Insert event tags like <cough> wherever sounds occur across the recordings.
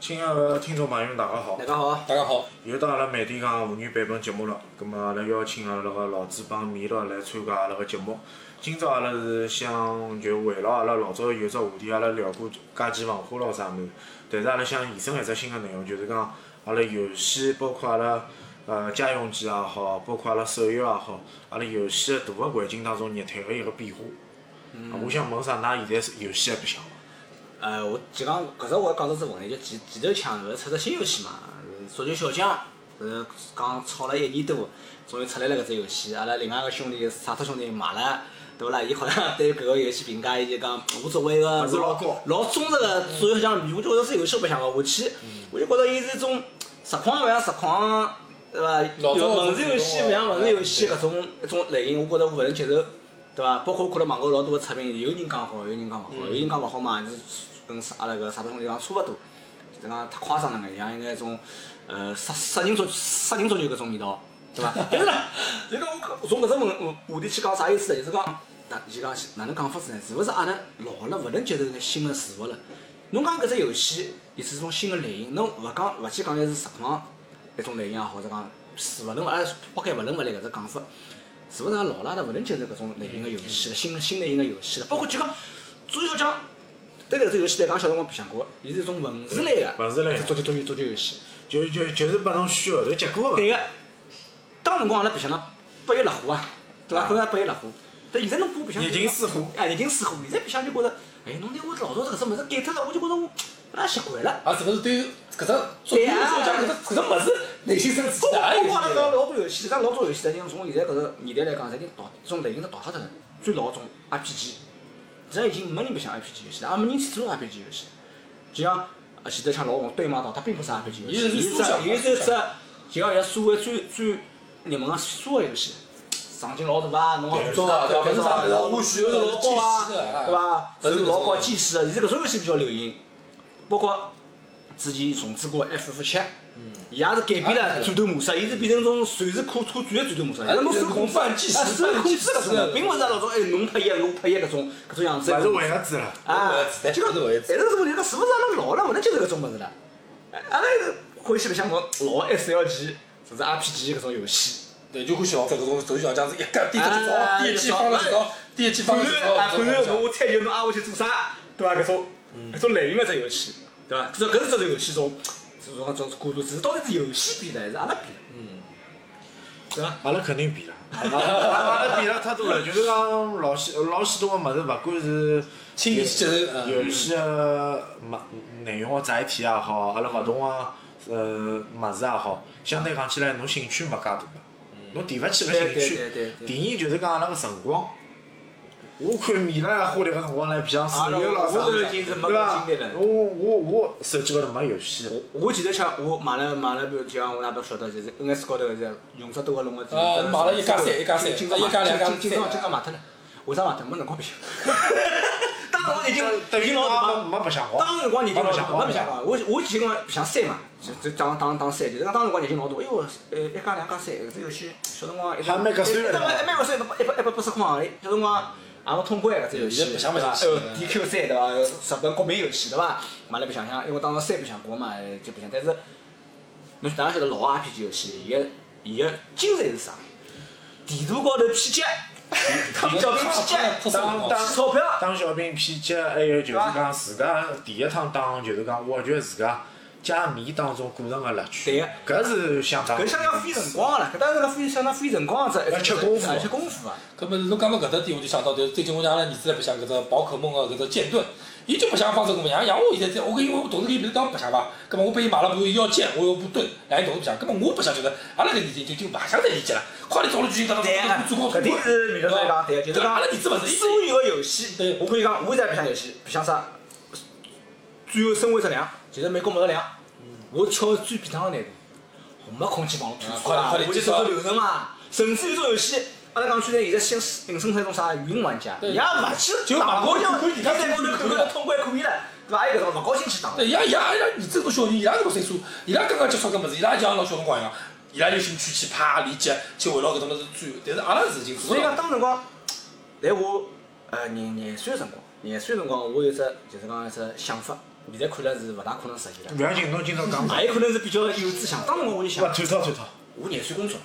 亲爱的听众朋友，大家好大！家好，啊大家好，又到阿拉麦点讲妇女版本节目了。咁啊么，阿拉邀请阿拉个老主帮米乐来参加阿拉个节目。今朝阿拉是想就围绕阿拉老早有一只话题，阿拉聊过家居文化咯啥物事。但是阿拉想延伸一只新个内容，就是讲阿拉游戏，包括阿拉呃家用机也好，包括阿拉手游也好，阿拉游戏个大个环境当中热态个一个变化。啊我想问啥？㑚现在是游戏还白相伐？呃，我就讲搿只我也讲到只问题，就前前头抢勿是出只新游戏嘛，是足球小将，是讲炒了一年多，终于出来了搿只游戏。阿拉另外一个兄弟沙特兄弟买了，对勿啦？伊好像 <laughs> 对搿个游戏评价，伊就讲我作为一啊个是老老高老忠实个足球小将迷，我就觉得这游戏白相个，我去，嗯我就觉得伊是一种实况勿像实况，对伐？老早有文字游戏勿像文字游戏对搿种一种类型，我觉得我勿能接受。对伐？包括我看了网高头老多个测评，有人讲好，有人讲勿好，有人讲勿好嘛，是跟啥阿拉个啥东西讲差勿多，就讲太夸张了眼，像应该种呃杀杀人足杀人足球搿种味道，对伐？但是呢， <laughs> 就讲我从搿只问话题去讲啥意思呢？就是讲，那就讲哪能讲法子呢？是勿是阿拉老了勿能接受眼新个事物了？侬讲搿只游戏，伊是一种新个类型，侬勿讲勿去讲伊是实况一种类型也啊好，或者讲是勿能哎阿拉覆盖勿能勿来搿只讲法。是勿是阿拉老了阿拉勿能接受搿种类型个游戏了，新新类型个游戏了，包括就讲足球讲，对搿只游戏来讲，小辰光白相过，伊是一种文字类个，文字类的足球足球足球游戏。就就就是拨侬选后头结果个。对个，当辰光阿拉白相了八月六虎啊，对伐？啊可能八月六虎，但现在侬跟我白相，热情似火哎，热情似火。现在白相就觉着，哎，侬拿我老早搿只物事改脱了，我就觉着我不大习惯了。啊，是不是对搿只足球对啊小将搿只搿只物事内心深处包括哪包括阿拉有？老多游戏，实际上老多游戏，实际上从现在搿个年代来讲，侪已经淘这种类型都淘汰脱了。最老种 RPG，现在已经没人白相 RPG 游戏了，也没人去做 RPG 游戏了。就像呃前头像老王对马岛，他并不是 RPG 游戏，伊伊是是思想伊是一只就像现在社会最最热门个社会游戏，场景老大啊，侬对也中啊对对搿是啥老我选的是老老高啊技师的哎，对伐？搿是是搿老种高技师的，现在搿种游戏比较流行，包括之前重置过 FF 七。嗯伊也是改变了战斗模式，伊是变成种随时可可转的战斗模式，啊哎侬就是手控空泛计时啊手控制搿泛种，并勿是老早哎侬拍一侬拍一搿种搿种样子。勿是为了子了。啊，但就讲，是我也知但是问题，讲是勿是阿拉老了勿能接受搿种物事了？哎阿拉欢喜白相老老 S L G，甚至 R P G 搿种游戏，对，就欢喜往这搿种足球小将是一杆低头去啊找，第一记放了去找，第一记看放了去看啊，找，看看我我猜球侬挨下去做啥，对伐？搿种搿种类型个只游戏，对伐？搿搿是只游戏种，这种种过渡，只是到底是游戏变的还是阿拉变的？嗯，对伐？阿拉肯定比了，阿拉阿拉比了太多了，就是讲老许老许多个物事，勿管是亲密接受嗯游戏个物内容个啊载体也好，阿拉勿同个呃物事也好，相对讲起来，侬兴趣没介大，侬提勿起搿兴趣嗯对对对。对第二就是讲阿拉个辰光。我看米拉花迭个辰光来啊白相手游咯啊我啥我物事，已经是没对伐经历了？我我我手机高头没游戏，我我前头想，我买了买了，比如就像我那边晓得，就是 N S 高头是用着多个弄个。啊买了一家三一家三今朝一家两家今今今朝三今朝买脱了，为啥买脱？没辰光白相。当辰光已经等已于经侬老大也没没白相光，当辰光年纪没老白大，相光没白相光。我我前光白相三嘛，就就打打打三，就是讲当辰光年纪老大。哎哟，呃，一家两家三，搿只游戏小辰光一还蛮合算的一一蛮合算，一百一百一百八十块行钿，小辰光。也没啊通关搿只游戏，现在白相白对相伐？起哎呦来了，DQ 三对伐？日本国民游戏对伐？买来白相相，因为当时三白相过嘛，就白相。但是侬哪能晓得老 RPG 游戏伊个伊个精髓是啥？地图高头骗 <laughs> 劫，他们叫骗劫，当当洗钞票当小兵偏激，还有就是讲自家第一趟打，就是讲挖掘自家解谜当中过程个乐趣。搿是相当。搿相当费辰光了，搿当然了费相当费辰光只，要吃功夫要吃功夫啊！搿么侬讲到搿只点，我就想到，就是最近我让阿拉儿子来白相搿只宝可梦个搿只剑盾，伊就白相方式跟我像，像我现在在，我跟因为我同事跟伊勿是讲白相伐，搿么我拨伊买了部要剑，我有部盾，两人同时白相，搿么我白相就是，阿拉搿年纪就就白相在年纪了，快点找了剧情当中，对啊，做好搿点是米老师讲对，啊就是啊阿讲拉儿子勿是，所有个游戏，对我可以讲，我现在白相游戏，白相啥？最后生还者两，就是美国末日两，嗯我挑最便当个难度，我没空去帮我吐槽啊啦，快点快点我就介绍走走流程嘛。甚至有种游戏，阿拉讲现在现在新引申出一种啥云玩家，对也勿去就打网高头像看人家在高头看到通关可以了，对伐？还有搿种勿高兴去打。对，伊拉伊拉伊拉儿子都小人，伊拉搿岁数，伊拉刚刚接触搿物事，伊拉就像老小辰光一样，伊拉有兴趣去拍理解，去围绕搿种物事转，但是阿拉是已经做所以到讲，了，当辰光，哎来我呃廿廿岁的辰光，廿岁的辰光，我有只就是讲一只想法，现在看来是勿大可能实现了。勿要紧，侬今朝讲也有可能是比较幼稚想，当时我就想勿，探讨探讨。我廿岁工作，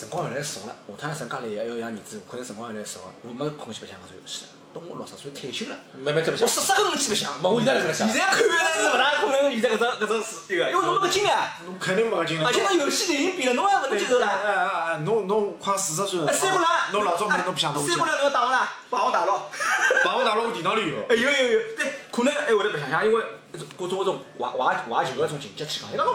辰光越来越少了。下趟省家里还要养儿子，可能辰光越来越少了，我没空去白相搿种游戏了。等我六十岁退休了，慢慢再白我相。啥啥个能去白相？没，我现在辣盖想现，在看来是勿大可能，现在搿只搿只是有个，因为侬没搿经历啊，侬肯定没劲 <laughs> 而且侬游戏年龄变了，侬还勿能接受啦。哎哎哎，侬侬快四十岁了哎，，三过来，侬老早没侬不想三侬过来侬要打勿啦？把我打咯。把我打到我电脑里有。哎有有有，对，可能还会得白相相，因为各种各种玩玩玩球搿种情节去讲，伊拉讲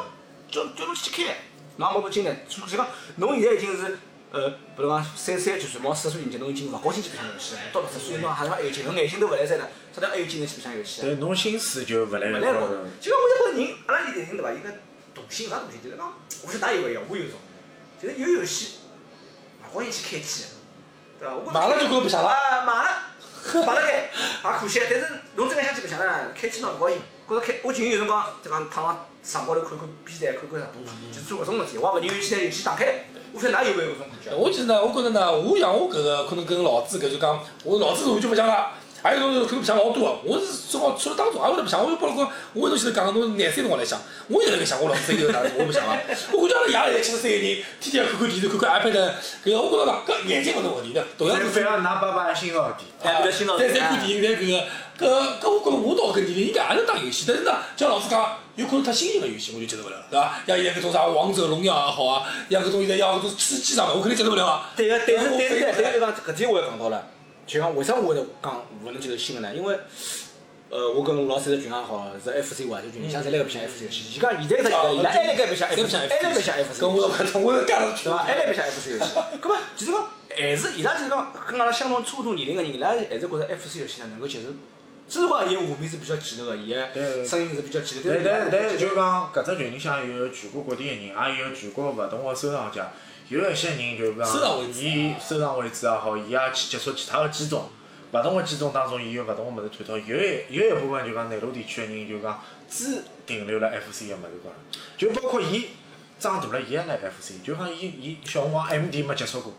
叫叫侬去开，侬也没搿经验，所以讲侬现在已经是呃，比如讲三三十几岁毛四十岁年纪，侬已经勿高兴去白相游戏了，到六十岁侬还是还有劲，侬眼睛都勿来塞了，啥地方还有劲能去白相游戏啊？对，侬心思就勿来勿搿来高高头。，就讲我一个人，阿拉现在人对伐？应该惰性啥惰性？就是讲，我想打游戏，啊我有种，就是有游戏，勿高兴去开机，对伐？我觉着马上就可以白相了。啊，买了，买了该，也可惜。啊但是侬真个想去白相呢，开机嘛勿高兴。觉着开，我仅有辰光就讲躺上床高头看看比赛，看看直播，就做搿种事体。我勿愿意现在游戏打开，我想㑚有没有搿种感觉？啊我其实呢，我觉着呢，我像我搿个可能跟老子搿就讲，我老子我就白相了。还有种可能白相老多个，啊我是正好除了当中，还会得白相。我就包括我侬前头讲个，侬廿岁辰光来想，我也辣盖想，我老子三个哪能我白相了。我感觉阿拉爷现在七十三个人，天天看看电视，看看 iPad，搿个我觉着讲搿眼睛勿是问题的，同样但是反而㑚爸爸还心照点。哎比较新潮在点在看电影，在搿个搿搿我觉着我到搿年龄应该也能打游戏，但是呢，像老师讲，有可能太新型个游戏我就接受勿了，对伐？像现在搿种啥王者荣耀也好啊，像搿种现在像搿种吃鸡啥物事，我肯定接受勿了啊。对个，但是我但是我但是讲搿点我也讲到了，就讲为啥我会得讲勿能接受新个呢？因为呃，我跟老三十群也好，是 FC 外头群，像侪辣盖白相 FC 游戏。伊讲现在搿只伊拉还辣哎盖白相 FC，还辣盖白相 FC，跟我搿种我干了去对伐？还来白相 FC 游戏，葛末其实讲还是伊拉就是 <laughs> 讲跟阿拉相同差不多年龄个人，伊拉还是觉着 FC 游戏呢能够接受。虽然讲伊个画面是比较简陋个，伊个声音是比较简但陋，但但但就讲搿只群里向有全国各地的人，也有全国勿同的收藏家。有一些人就收藏讲，为主伊收藏为主也好，伊也去接触其他的机种，勿同的机种当中，伊有勿同的物事探讨。有一有一部分就讲内陆地区的人就讲，只停留辣 FC 个物事高头，就包括伊长大了，伊也辣 FC，就讲伊伊小辰光 MD 没接触过，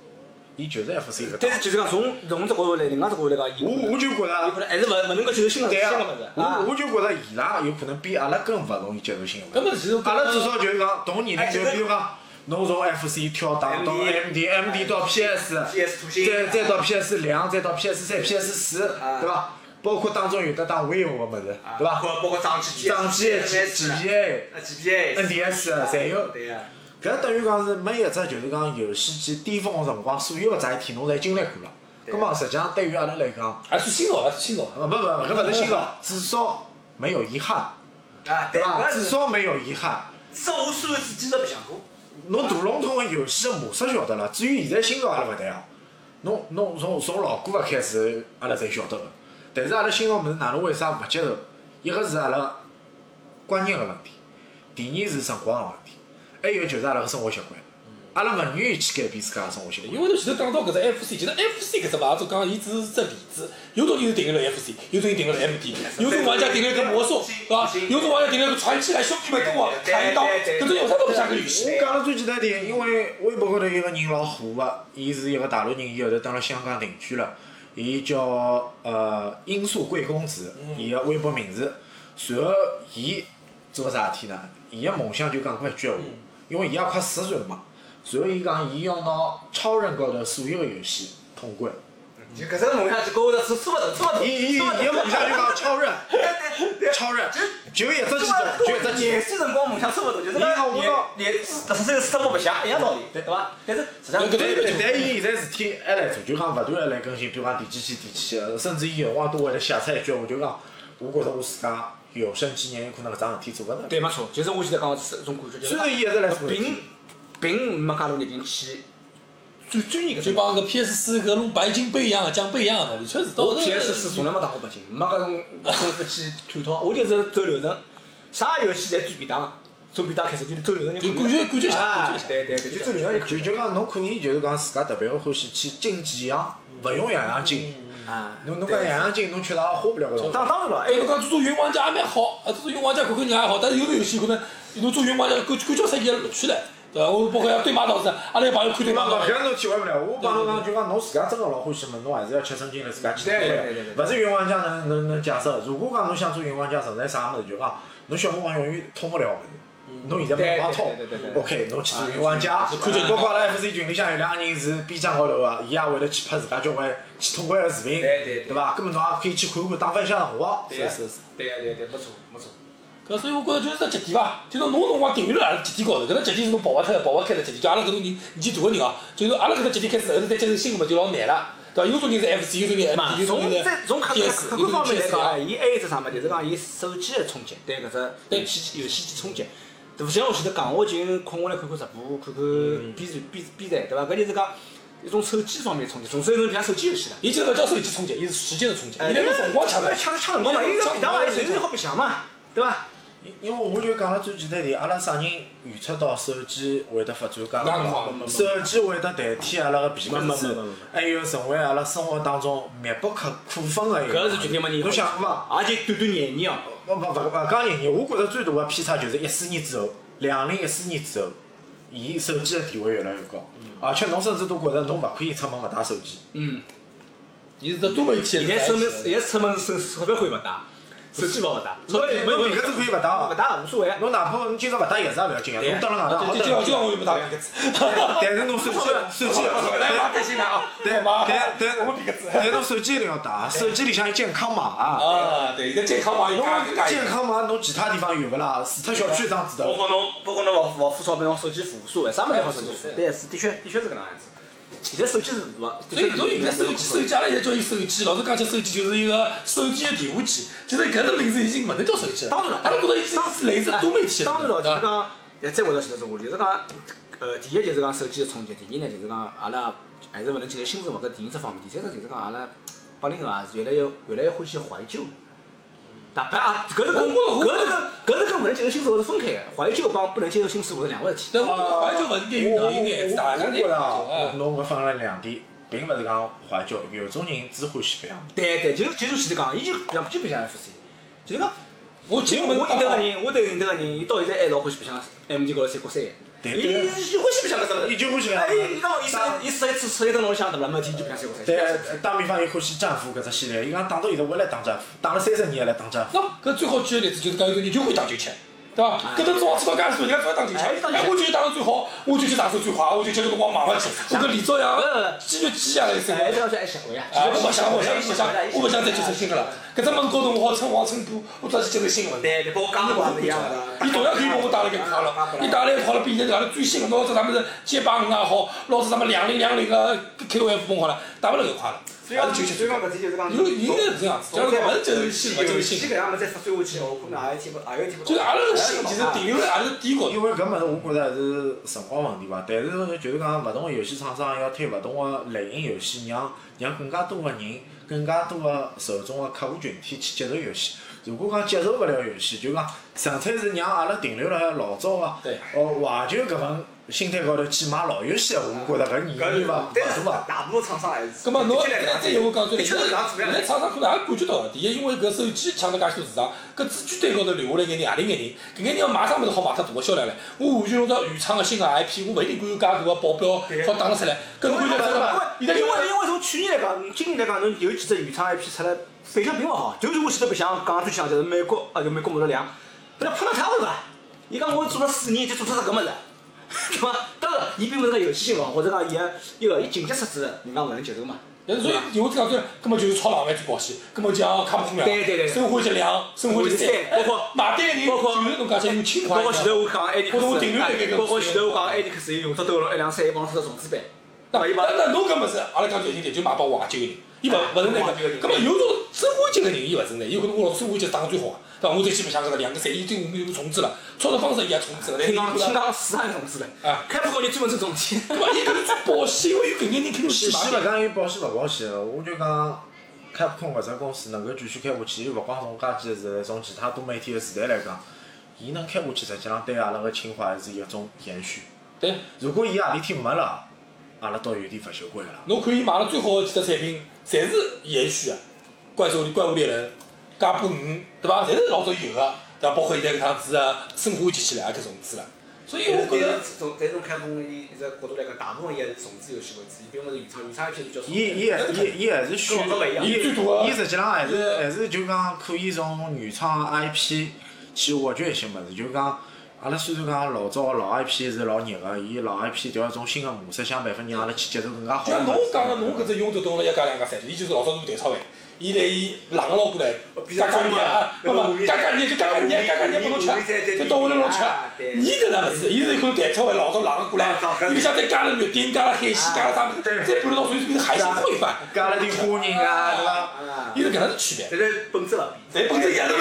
伊就是 FC 搿但是就是讲从从只角度来，另外只角度来讲，伊我我就觉伊着，可能还是勿勿能够接受新哎个对新啊个物事，我我就觉着伊拉有可能比阿拉更勿容易接受新个物事搿。么其实阿拉至少就是讲同年龄，就比如讲，侬从 FC 跳档到 MD、MD 到 PS， PS 图形再再到 PS 两，再到 PS 三、PS 四，对伐？包括当中有的打 VIVO 个物事，对伐？啊包括张机掌机、GPA、 GPA、 NDS 侪有。对呀。搿等于讲是每一只就是讲游戏机巅峰个辰光，所有个事体侬侪经历过了。葛末实际上对于阿拉来讲，啊还算新潮，还算新潮。呃，不不，搿勿是新潮，至少没有遗憾，啊，对伐？至至少少没有遗憾。至少我所有主机都白相过。侬大笼统个游戏个模式晓得了，至于现在新潮阿拉勿谈啊。侬侬从从老歌个开始，阿拉侪晓得个。但是阿拉新潮物事哪能为啥勿接受？一个是阿拉观念个问题，第二是辰光个问题，还有就是阿拉个生活习惯。阿拉勿愿意去改变自家个生活习惯。因为侬前头讲到搿只 FC，其实 FC 搿只牌子讲，伊只是只例子，有种人是停留了 FC，有种人停留了 MD，有种玩家停留了搿魔兽，对伐？有种玩家停留了搿传奇来兄弟们跟我砍一刀，搿种有啥都不像个游戏。我讲了最简单点，因为微博高头有个人老火个，伊是一个大陆人，伊后头蹲辣香港定居了，伊叫呃音速贵公子，伊个微博名字。随后伊做啥事体呢？伊个梦想就讲过一句闲话，因为伊也快四十岁了嘛。随后伊讲，伊要拿超人高头所有个游戏通关。就搿只梦想，就跟我这吃吃勿动，吃勿动。伊伊伊个梦想就讲超人，超 <laughs> 人就一只机种，就一只机廿种。岁辰光梦想差勿多，就是你看我廿廿六十岁四十五白相一样道理，对伐？但是实际上，搿但种但但伊现在事体还来做，就讲勿断还来更新，比如讲第几期、第几期，甚至伊有辰光都会得写出一句话，就讲我觉着我自家有生之年有可能搿桩事体做勿成。对，没错，就是我现在讲的是一种感觉，就虽是然伊一直来做，并并没介多力劲去最专业搿就种。帮搿 PS 四搿弄白金杯一样的奖杯一样的道理，确实到我 PS 四从来没打过白金，没搿种功夫去探讨，我就是走流程，啥游戏侪追便当，从便当开始就是走流程就就可感以了。觉感觉像，啊感觉，像。对对，就走流程就可就就讲侬可以就是讲自家特别欢喜去进几样，勿用样样进。以啊。侬侬讲样样进，侬确实也花不了搿种。当当然了，哎哎，，侬讲做做云玩家也蛮好，啊，做做云玩家看看人也好，但是有的游戏可能侬做云玩家感感觉啥也去了，对伐？我包括像对马岛是，阿拉一帮人看对对马嘛，岛搿，样侬体会勿了。我帮侬讲，就讲侬自家真个老欢喜物，侬还是要切身经历自家去体会对对对对的。勿是云玩家能能能解释的。如果讲侬想做云玩家，存在啥物事，就讲侬小辰光永远通勿了。侬现在没办法通对对对对对，OK，侬去做云玩家是看见。包括阿拉 FC 群里向有两个人是 B 站高头个，伊也会得去拍自家交关去通关个视频，对对对对伐？搿么侬也可以去看看，打发一下辰光。对呀是是。对啊呀对呀对，没错没错。搿所以我觉着就是只集体伐，就是侬辰光停留辣阿拉集体高头，搿只集体是侬跑勿脱的，跑勿开的集体。就阿拉搿种人年纪大个人哦，就是阿拉搿只集体开始后头再接受新个物就老难了，对伐？有种人是 FC，有种人是 MD，有种从人这是从客 PS，客有观种方人面是来讲 PS 啊，伊还有一只啥物事，就是讲伊手机的冲击，对搿只游戏游戏机冲击。对不？像我前头讲，我就空下来看看直播，看看嗯 B 站 B B 站，对伐？搿就是讲一种手机方面冲击，总之有人像手机游戏了。伊就是勿叫手机冲击，伊是时间的冲击，伊哎，连个辰光抢勿哎来。抢抢辰光嘛，伊搿白相嘛，随时好白相嘛，对伐？因为我就讲了最简单点，阿拉啥人预测到手机会得发展介那快没没没？手机会得代替阿拉个皮没革没纸没没没，还有成为阿拉生活当中密不可可分个一个。搿是绝对没人。侬想过伐？也就短短廿年哦。勿勿勿勿讲廿年，我觉着最大个偏差就是一四年之后，两零一四年之后，伊手机个地位越来越高，而且侬甚至都觉着侬勿可以出门勿带手机。嗯。伊是只专门去。现在出门，现在出门手钞票可以勿带，手机勿好带，钞侬票皮没革纸可以勿带勿哦，带无所谓。啊侬哪怕侬今朝勿带鞋子也勿要紧啊，对侬蹲辣外头好就就就蹲。就我也不打两个字。但是侬手机手机。来吧，开心了啊！对嘛，但但我们比个字。但侬手机一定要 <laughs> 打，手机里向有健康码。啊，对，一个健康嘛，一侬个健。康码侬其他地方有勿啦？除脱小区一张纸包头。括侬，包括侬勿勿付钞票，侬手机付无所谓，啥物事好手机付。对，是的确，的确是搿能样子。现在手机是勿，所以，所以现在手机，手机，阿拉现在叫伊手机。老实讲，起手机就是一个手机的提款机。其实搿个名字已经勿能叫手机了。当然了，阿拉觉得已经是类似多媒体了。当然了，就是讲，也再回到前头生活，就是讲，呃，第一就是讲手机的冲击，第二呢就是啊讲阿拉还是勿能进入新生活搿第一只方面，第三个啊就是讲阿拉八零后啊，越来越越来越欢喜怀旧。大白啊，搿是跟搿是啊跟搿是跟勿能接受新生活是分开的，怀旧帮不能接受新生活是两回事体。对，我怀旧勿是应该应该打啊我个觉着啊，侬搿分了两点，并勿是讲怀旧，有种人只欢喜白相。对对，就是就是前头讲，伊就像就白相 FC，就是讲。我其实今我认得个人，我对认得个人，伊到现在还老欢喜白相 M D 高头三国三。对伊对伊欢喜白相搿只。伊就欢喜白相哎，伊讲伊说伊说一次吃一顿龙虾，对伐？没天就白相三国三。对，打比方伊欢喜战斧搿只系列，伊讲打到现在我也来打战斧，打了三十年还来打战斧。那搿最好举个例子就是讲有个人就会打九千，对伐？搿能装吃到介许多人家专门打九哎千，打九千哎，我就打得最好，我就去打手最快，我就接着辰光忙勿起，我搿李朝阳鸡就鸡啊，来生哎，这要是还想回呀？哎啊，我勿想，我勿想，我勿想，我勿想再接受新个了。搿只物事高头我好称王称霸，我只要去接受新个。对对，包括讲的话是一样的。啊伊同样可以帮我打了一个卡了，伊打了一个好了，比现在阿拉最新个，老子咱们是街霸五也好，老子咱们两零两零个 K O F 崩好了，打勿了搿块了，所以还讲，是九千所以。讲搿点就是讲，有有的是这样子，假如讲勿是接受新，勿接受游新戏搿，样物事再发展下去，我可能也有听勿，也有听勿。就是阿拉个新其实停留辣阿拉低高头。因为搿物事我觉着还是辰光问题伐，但是就是讲勿同个游戏厂商要推勿同个类型游戏，让让更加多个人、更加多个受众个客户群体去接受游戏。如果讲接受勿了游戏，就讲纯粹是让阿拉停留辣老早个对哦怀旧搿份心态高头去买老游戏，我觉着搿意义勿勿但是大伐。大部分厂商还是。咁么哎侬再再有我讲句，的现确是搿样子在厂商可能也感觉到个，第一，因为搿手机抢了介许多市场，搿主机端高头留下来眼人，何里眼人，搿眼人要买啥物事好卖脱大个销量来。我完全用到原厂个新个 IP，我勿一定敢有介大个保镖好打得出来。搿侬看得出来伐？因现为在因因为为因为从去年来讲，今年来讲，侬有几只原厂 IP 出来反响并勿好。就是我前头白相讲最响就是美国啊，就美国摩托两，被他喷了太多了。伊讲我做了四年就做出搿物事，对伐？当然，伊并勿是讲游戏性勿好，或者讲伊个一个伊情节设置人家勿能接受嘛。但是所以我讲句，搿么就是炒冷饭最保险，搿么就像卡姆空对对对两，生活就两，生活就三，包括买单个人包括就是侬讲起来有情怀哎包一括前头样。我讲 ADX，或者我顶流那个包括前头我讲 ADX 伊用只斗罗一两三，伊帮侬出只重置版，那对伐？伊帮那侬搿物事，阿拉讲句一点，就买拨怀旧个人，伊勿勿存在怀个旧的人。搿么有种生活级个人，伊勿存在，有可能我老生活级打得最好啊，对伐？我再去白相搿个两个赛，伊对我们有重置了，操作方式伊也重置了，但是听伊讲觉听得讲四万重置版，啊开发高人专门做重置。搿么伊搿是保险，因为有搿眼人肯定险去买勿讲有保险勿保险，我就讲。开普空搿只公司能够继续开下去，伊勿光从家机的时代，从其他多媒体个时代来讲，伊能开下去，实际上对阿拉个情怀是一种延续。对，如果伊何里天没了，阿拉到有点勿羞愧了。侬看伊买了最好的几只产品，侪是延续个，怪兽怪物猎人、加布五，对伐？侪是老早有个，对伐？包括现在搿趟子个生化机器人也开始重置了，所以我觉但得是从但是从开封伊一只角度来讲，大部分伊还是重资游戏为主，伊并勿是原创，原创一批就叫。伊伊还伊伊还是选，跟我们一样伊最多啊伊实际上还是对还是就讲可以从原创 IP 去挖掘一些物事，就讲。阿拉虽然讲老早老 IP 是老热个，伊老 IP 调一种新个模式，想办法让阿拉去接受更加好就的像物侬事。讲个，侬搿只雍州蹲了一家两家三家，伊就是老早是蛋炒饭，伊来伊冷个捞过来，加加热啊，那么加加热就加加热，加加热拨侬吃，就到屋里侬吃。伊搿能勿是，伊是一口蛋炒饭老啊早啊冷个过来，伊里向再加了肉丁，加了海鲜，加了啥物事，再拌到水里变成海鲜烩饭，加了点花人啊，对伐？啊伊，是搿能子区别。但是本质勿变。侪本质一样的，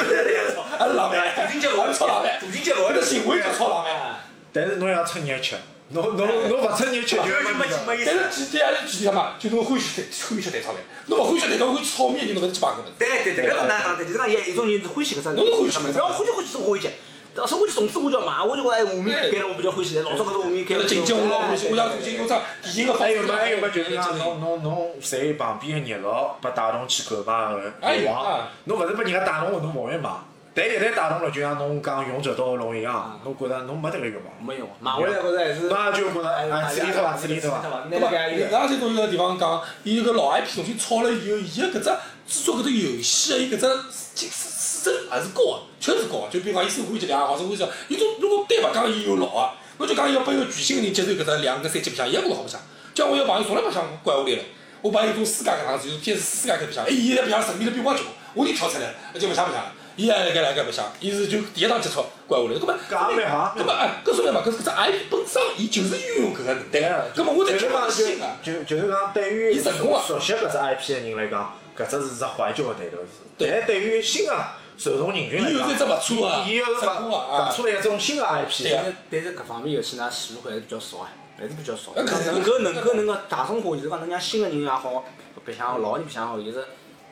还是冷饭，杜金杰勿还是炒冷饭，杜金杰勿会搿行为就炒冷饭。啊，但是侬要出肉吃，侬侬侬勿出肉吃就搿就哎没没意思。没意但思。是具体还是具体什么？就侬欢喜欢喜蛋炒饭，侬勿欢喜蛋炒饭，欢喜炒面，就侬搿能去摆搿物事。对对对，搿勿难讲，就是讲有一种人是欢喜搿只，侬是欢喜然后欢喜欢喜总欢喜。当时我去总之我就买，我就觉得哎，五米开了我比较欢喜，老早搿种五米开搿了个进阶我老欢喜，我想重新用只典型个方还式。哎有没还有没就是讲侬侬侬随旁边个热闹被带动去购买个哎欲有望啊，呃侬勿是被人家带动个，侬勿会买。但一旦带动了，就像侬讲勇者斗恶龙一样，侬觉着侬啊没迭个欲望，没用，买回来觉着还是。那就觉着哎，吃里头伐，吃里头伐。伐？那对个伐？还有人。家先从一个地方讲，伊搿老 IP 重新炒了以后，伊个搿只制作搿只游戏个伊搿只水水准还是高个，确实高个。就比如讲，伊四五级两，或者五级，伊种如果单勿讲伊有老个，侬就讲伊要拨一个巨星个人接受搿只两跟三级白相，伊也觉着好白相。就像我一个朋友从来白相怪物猎人，我把伊从世界搿趟子，就是 PS 世界搿白相，哎，伊现在白相神秘的变化球，我就跳出来了，而且白相白相了。伊也辣盖辣盖白相，伊是就第一趟接触怪物猎人，搿么搿也蛮好啊搿么哎，搿说明嘛，搿搿只 IP 本身伊就是运用搿个能力个，搿么我啊就才是觉讲得新个。就就就是讲，对于伊成功啊熟悉搿只 IP 的人来讲，搿只是只怀旧的弹头是。对但对于新的受众人群来伊有一只讲，勿错啊，伊要是成功发啊发，出来一种新的 IP，对啊但是搿方面游戏㑚戏路还是比较少哎，还是比较少。那肯定能够能够能够大众化，就是讲能让新的人也好，白相好，老人白相好，就是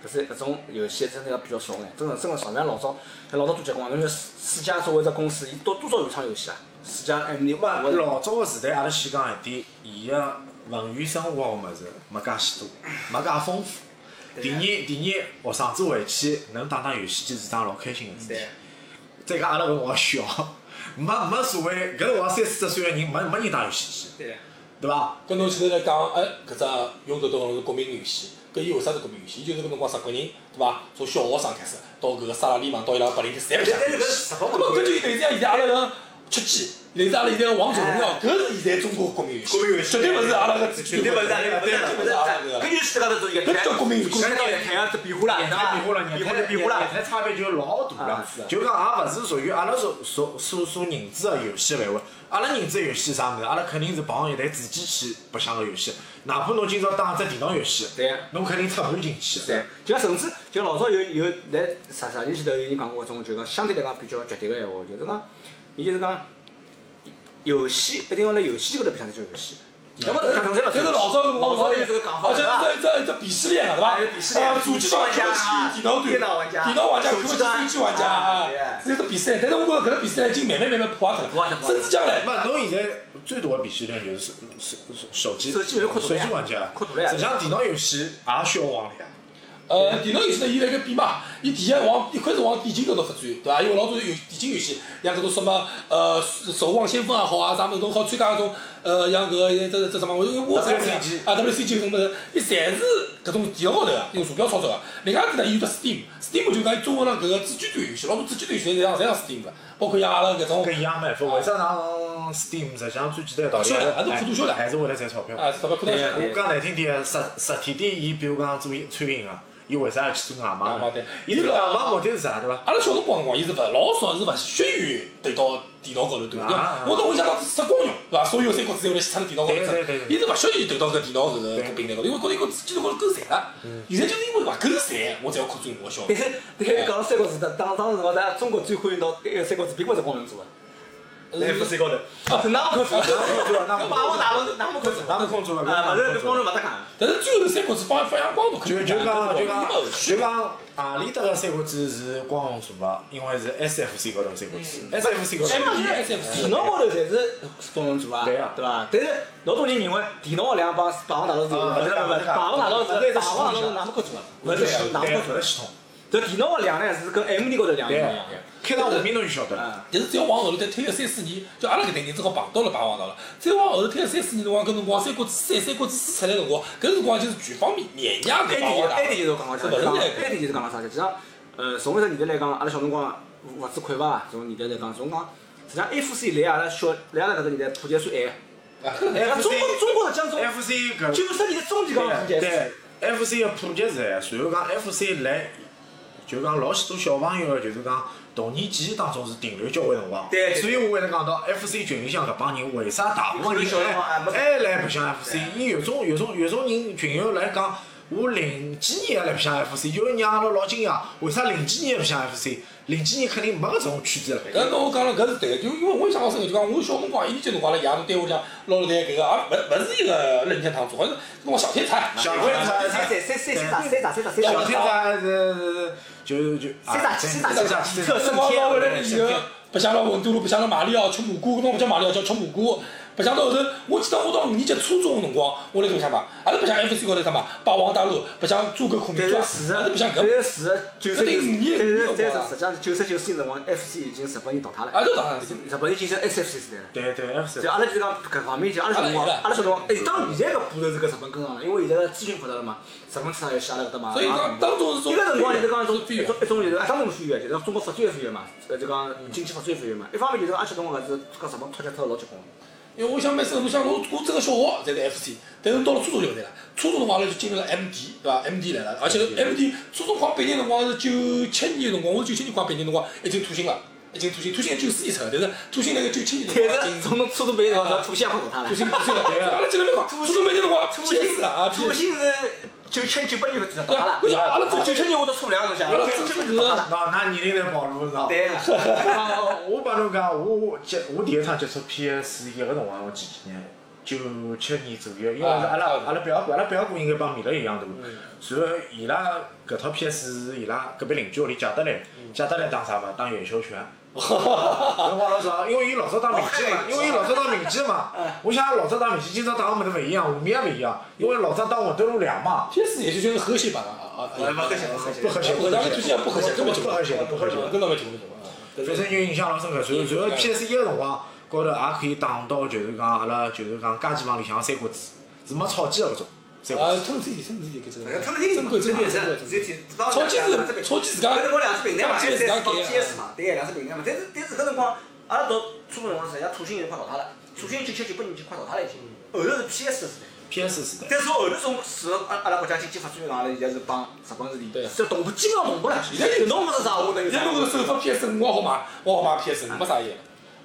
搿是搿种游戏真的比较少眼，真的真的少。咱老早，像老早做结棍，侬像世世嘉作为一只公司，伊多多少原创游戏啊？世嘉 M D，嘛，我老早个时代，阿拉先讲一点，伊个文娱生活个物事没介许多，没介丰富。啊第二，第二，学生子回去能打打游戏机是桩老开心个事体啊对。再讲阿拉搿辰光小，没没所谓，搿辰光三四十岁个人没没人打游戏机，对。对伐？跟侬现在来讲，哎，搿只《勇者斗恶龙》是国民游戏，搿伊为啥是国民游戏？伊就是搿辰光日本人，对伐？从小学生开始，到搿个萨拉利曼，到伊拉白领，侪白相。但是搿日本那么搿就类似像现在阿拉个吃鸡，类似阿拉现在个王者荣耀，搿是现在中国国民游戏，绝对勿是阿拉个自己绝对勿是阿拉搿绝对勿是阿拉搿搿个。就是世界高头做一个，搿叫国民游戏搿叫台啊，这比划啦，年对代变化了，伐？年比划代了，比变划化了了，。年代差别就老大了啊是。就讲也勿是属于阿拉所所所所认知的游戏范围。阿拉认知的游戏是啥物事？阿拉肯定是碰一台主机去白相个游戏。哪怕侬今朝打只电脑游戏，对侬肯定插盘进去。对，就像甚至就老早有有来十十年前头有人讲过搿种，就讲相对来讲比较绝对个闲话，就是讲，伊就是讲，游戏一定要辣游戏高头白相才叫游戏。要么搿能侪勿就是老早老早有有这个讲法，而且对伐？哦啊这这这鄙视链了，对吧？啊，主机玩家、电脑电电脑玩家、手机玩家啊，这个鄙视链。但是我觉得搿个鄙视链已经慢慢慢慢破掉了，甚至将来那侬现在最大的鄙视链就是手手手手机，手机有扩大手呀机玩家扩大呀，实际上电脑游戏啊也需要网了呀。呃，电脑游戏呢，伊辣盖变嘛，伊第一往一块是往电竞高头发展，对伐？因为老早有电竞游戏，像搿种什么呃《守望先锋》也好啊，啥物事都好参加搿种呃，像搿个这这什么，我因为我参加 WCG 啊 WCG 什么的，伊侪是搿种电脑高头个，用坐标操作个。另外一个呢，伊有得 Steam，Steam 就讲伊中文上搿个主机端游戏，老多主机端游戏侪上侪上 Steam 个，包括像阿拉搿种跟一样办法，啊为啥上 Steam 实际上最简单的道理销量还是哎幅度销量还是为了赚钞票。啊，什么可能对我讲难听点，实实体店伊比如讲做餐饮个，伊啊为啥要去做外卖外卖呢对？伊做外卖目的是啥对伐？阿拉小辰光辰光，伊是勿老少是勿屑于对到电脑高头对伐？啊我到屋里向当时只光荣对伐？所有三国志后来去插到电脑高头对对对整，对伊是勿屑于对到搿电脑搿个对搿平台高头，因为觉着伊搿机头高头够赚了。嗯现在就是因为勿够赚，我才要扩展我个消但费。是但是讲到三国志，当当时辰光，咱中国最欢迎到呃三国志并勿是光荣做个，嗯三国头，哪 <laughs> 么可做？那那霸王打龙哪么可做？哪能控制嘛？啊，哪反能正控光制荣嘛勿搭讲。但是最后头三国志放放阳光都肯就定就讲就讲后就讲，阿里搭个三国志是光荣做个，因为是 SFC 高头的三国志，SFC 高头哎的。嘛电脑高头侪是功能组啊，对对啊伐？但是老多人认为电脑两帮霸王大陆是，啊勿是勿是勿是，霸王大陆是勿是霸王大陆是哪能可做啊？勿勿是是嗯系统，哪能对啊可勿做是？系统，这电脑个量呢是跟 AMD 高头量是对啊勿一样的。，开上画面侬就晓得了。啊，但是只要往后头再推个三四年，就阿拉搿代人正好碰到了排行到了。再往后头推个三四年辰光，搿辰光《三国志三》《三国志四》出来辰光，搿辰光就是全方面碾埃压搿点排行埃大。点就是讲好搿勿实是际上来埃点就是讲好实际上，呃，从一只年代来讲，阿拉小辰光物资匮乏，从年代来讲，从讲实际上 FC 来阿拉小来阿拉搿个年代普及算啊晚。 FC 哎中国中国实际上从 FC 搿九十年代中期讲普及啊对啊对，FC 个普及是，然后讲 FC 来，就讲老许多小朋友啊就是讲童年记忆当中是停留交关辰光。对对所以我会得讲到 FC 群里向搿帮人，为啥大部分人有小辰光还没还还来白相 FC？伊有种有种有种人群友来讲。我零几年还来白相 FC，就让阿拉老惊讶，为啥零几年还白相 FC？零几年肯定没搿种圈子了。搿侬讲了搿是对个，就因为我印象老深，就讲我小辰光一年级辰光，阿拉爷从单位向捞了台搿个，也勿勿是一个任天堂做，好像是弄个小天才。小三天才三三三三三三三三小天才是就就啊谁打对谁打对谁打对特辰光捞回来了以后，白相了混沌路，白相了马里奥吃蘑菇，侬勿叫马里奥叫吃蘑菇。白相到后头，我记得我到五年级初中个辰光，我来搿白相嘛，也是白相 FC 高头干嘛，霸王大陆，白相诸葛孔明但传，是事实，也是啊但白相搿，是事实，九十搿九对五年但是但五年辰光是啊实际上九十九年辰光，FC 已经日本人淘汰了，也都打上去。日本人进行 SFC 时代了。对对 F 就阿拉就是讲搿方面，就阿拉小辰光，阿拉小辰光，哎，当然现在搿步骤是搿日本跟上了，因为现在资讯发达了嘛，日本车也写了搿搭嘛。啊所以讲当中是一个辰光就是讲一种是一种一种就是啊，当然飞跃，就是讲中国发展也飞跃嘛，呃，就讲经济发展也飞跃嘛。一方面就是阿拉小辰光搿是搿日本脱节脱得老结棍。因为我想蛮深，我想我我这个小学才是 FC，但是到了初中就勿对了。初中辰光阿拉就进入了 MD，对伐？MD 来了，而且 MD 初中快毕业辰光是九七年辰光，我九七年快毕业辰光已经吐信了，已经吐信，吐信九四年出的，但是吐信那个九七年 <laughs> 辰光已但是经从侬初中毕业辰光，土星也快淘汰了吐。信吐信了，阿拉进来没讲，初中毕业辰光初结束了啊，初结心是九七九八年搿淘汰了。对啊阿拉从九七年我都初两侬想，阿拉九从七年淘汰了。啊那那年龄来暴露是吧？对啊，啊我帮侬讲，我我接我第一趟接触 PS 一个辰光，我几几年？九七年左右，因为阿拉啊阿拉表哥，阿拉表哥应该帮米勒一样大，然后伊拉搿套 PS 是伊拉隔壁邻居屋里借得来，借得来当啥嘛？当元宵拳。辰光老早，因为伊老早打民记嘛，因为伊老早打民记嘛。我想老早打民记，今朝打个物事勿一样，画面也勿一样，因为老早打混沌路两嘛。 ，PS 也就就是和谐版了啊啊，勿合适，勿合适。不和谐，我讲吐信不和谐，根本就不和谐，不和谐。根本就不和谐。反正就印象老深刻。然后，然后 PS 一个辰光高头也可以打到，就是讲阿拉就是讲家机房里向个三国志，是没草机个搿种三国啊志。，趁自己，趁自己搿种，他们一珍贵珍贵珍贵珍贵。超级是超级自家搿辰光两只平台嘛，超侪级自是家到改 GS 嘛，对，两只平台嘛。但是但是搿辰光，阿拉读初中辰光实际上土星已经快淘汰了，土星九七九八年就快淘汰了已经。后头是 PS 时代， PS 时代，但是后头从自阿阿拉国家经济发展讲，阿拉现在是帮日本是敌，这同步基本上同步了。现在侬勿是啥，我能有现在啥侬？搿手发 PS 五，我好买，我好买 PS 五，没啥用，